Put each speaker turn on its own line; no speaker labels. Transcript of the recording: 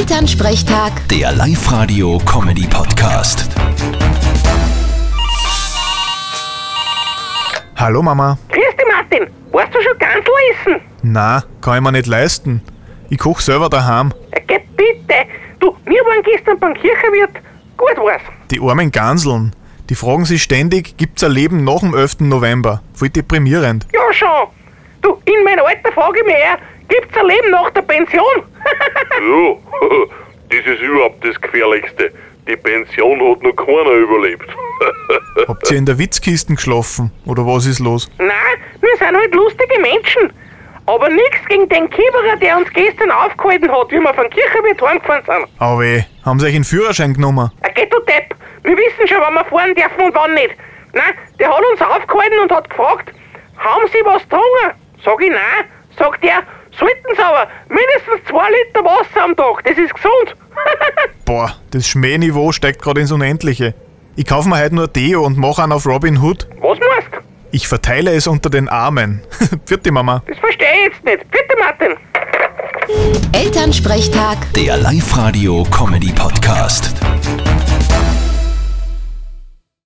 Elternsprechtag,
Der Live-Radio-Comedy-Podcast.
Hallo Mama.
Grüß dich, Martin. Warst du schon Gansel essen?
Na, kann ich mir nicht leisten. Ich koch selber daheim.
Ja, Äh, Geh bitte. Du, wir waren gestern beim Kirchenwirt. Gut war's.
Die armen Ganseln. Die fragen sich ständig, gibt's ein Leben nach dem 11. November? Voll deprimierend.
Ja, schon. Du, in meinem Alter frage ich mich eher, gibt's ein Leben nach der Pension?
Ja, Also, das ist überhaupt das Gefährlichste. Die Pension hat noch keiner überlebt.
Habt ihr in der Witzkisten geschlafen? Oder was ist los?
Nein, wir sind halt lustige Menschen. Aber nichts gegen den Kieberer, der uns gestern aufgehalten hat, wie wir vom Kirchenwirt heimgefahren sind.
Aber eh, haben sie euch einen Führerschein genommen?
Ja, Geh, du Depp. Wir wissen schon, wann wir fahren dürfen und wann nicht. Nein, der hat uns aufgehalten und hat gefragt, haben Sie was getrunken? Sag ich nein. Sagt er, sollten Sie aber mindestens zwei Liter Wasser am Tag. Das ist gesund.
Boah, das Schmähniveau steigt gerade ins Unendliche. Ich kauf mir heute nur Deo und mach einen auf Robin Hood.
was machst du?
Ich verteile es unter den Armen. Vierte Mama.
Das verstehe ich jetzt nicht. Bitte, Martin.
Elternsprechtag.
Der Live-Radio-Comedy-Podcast.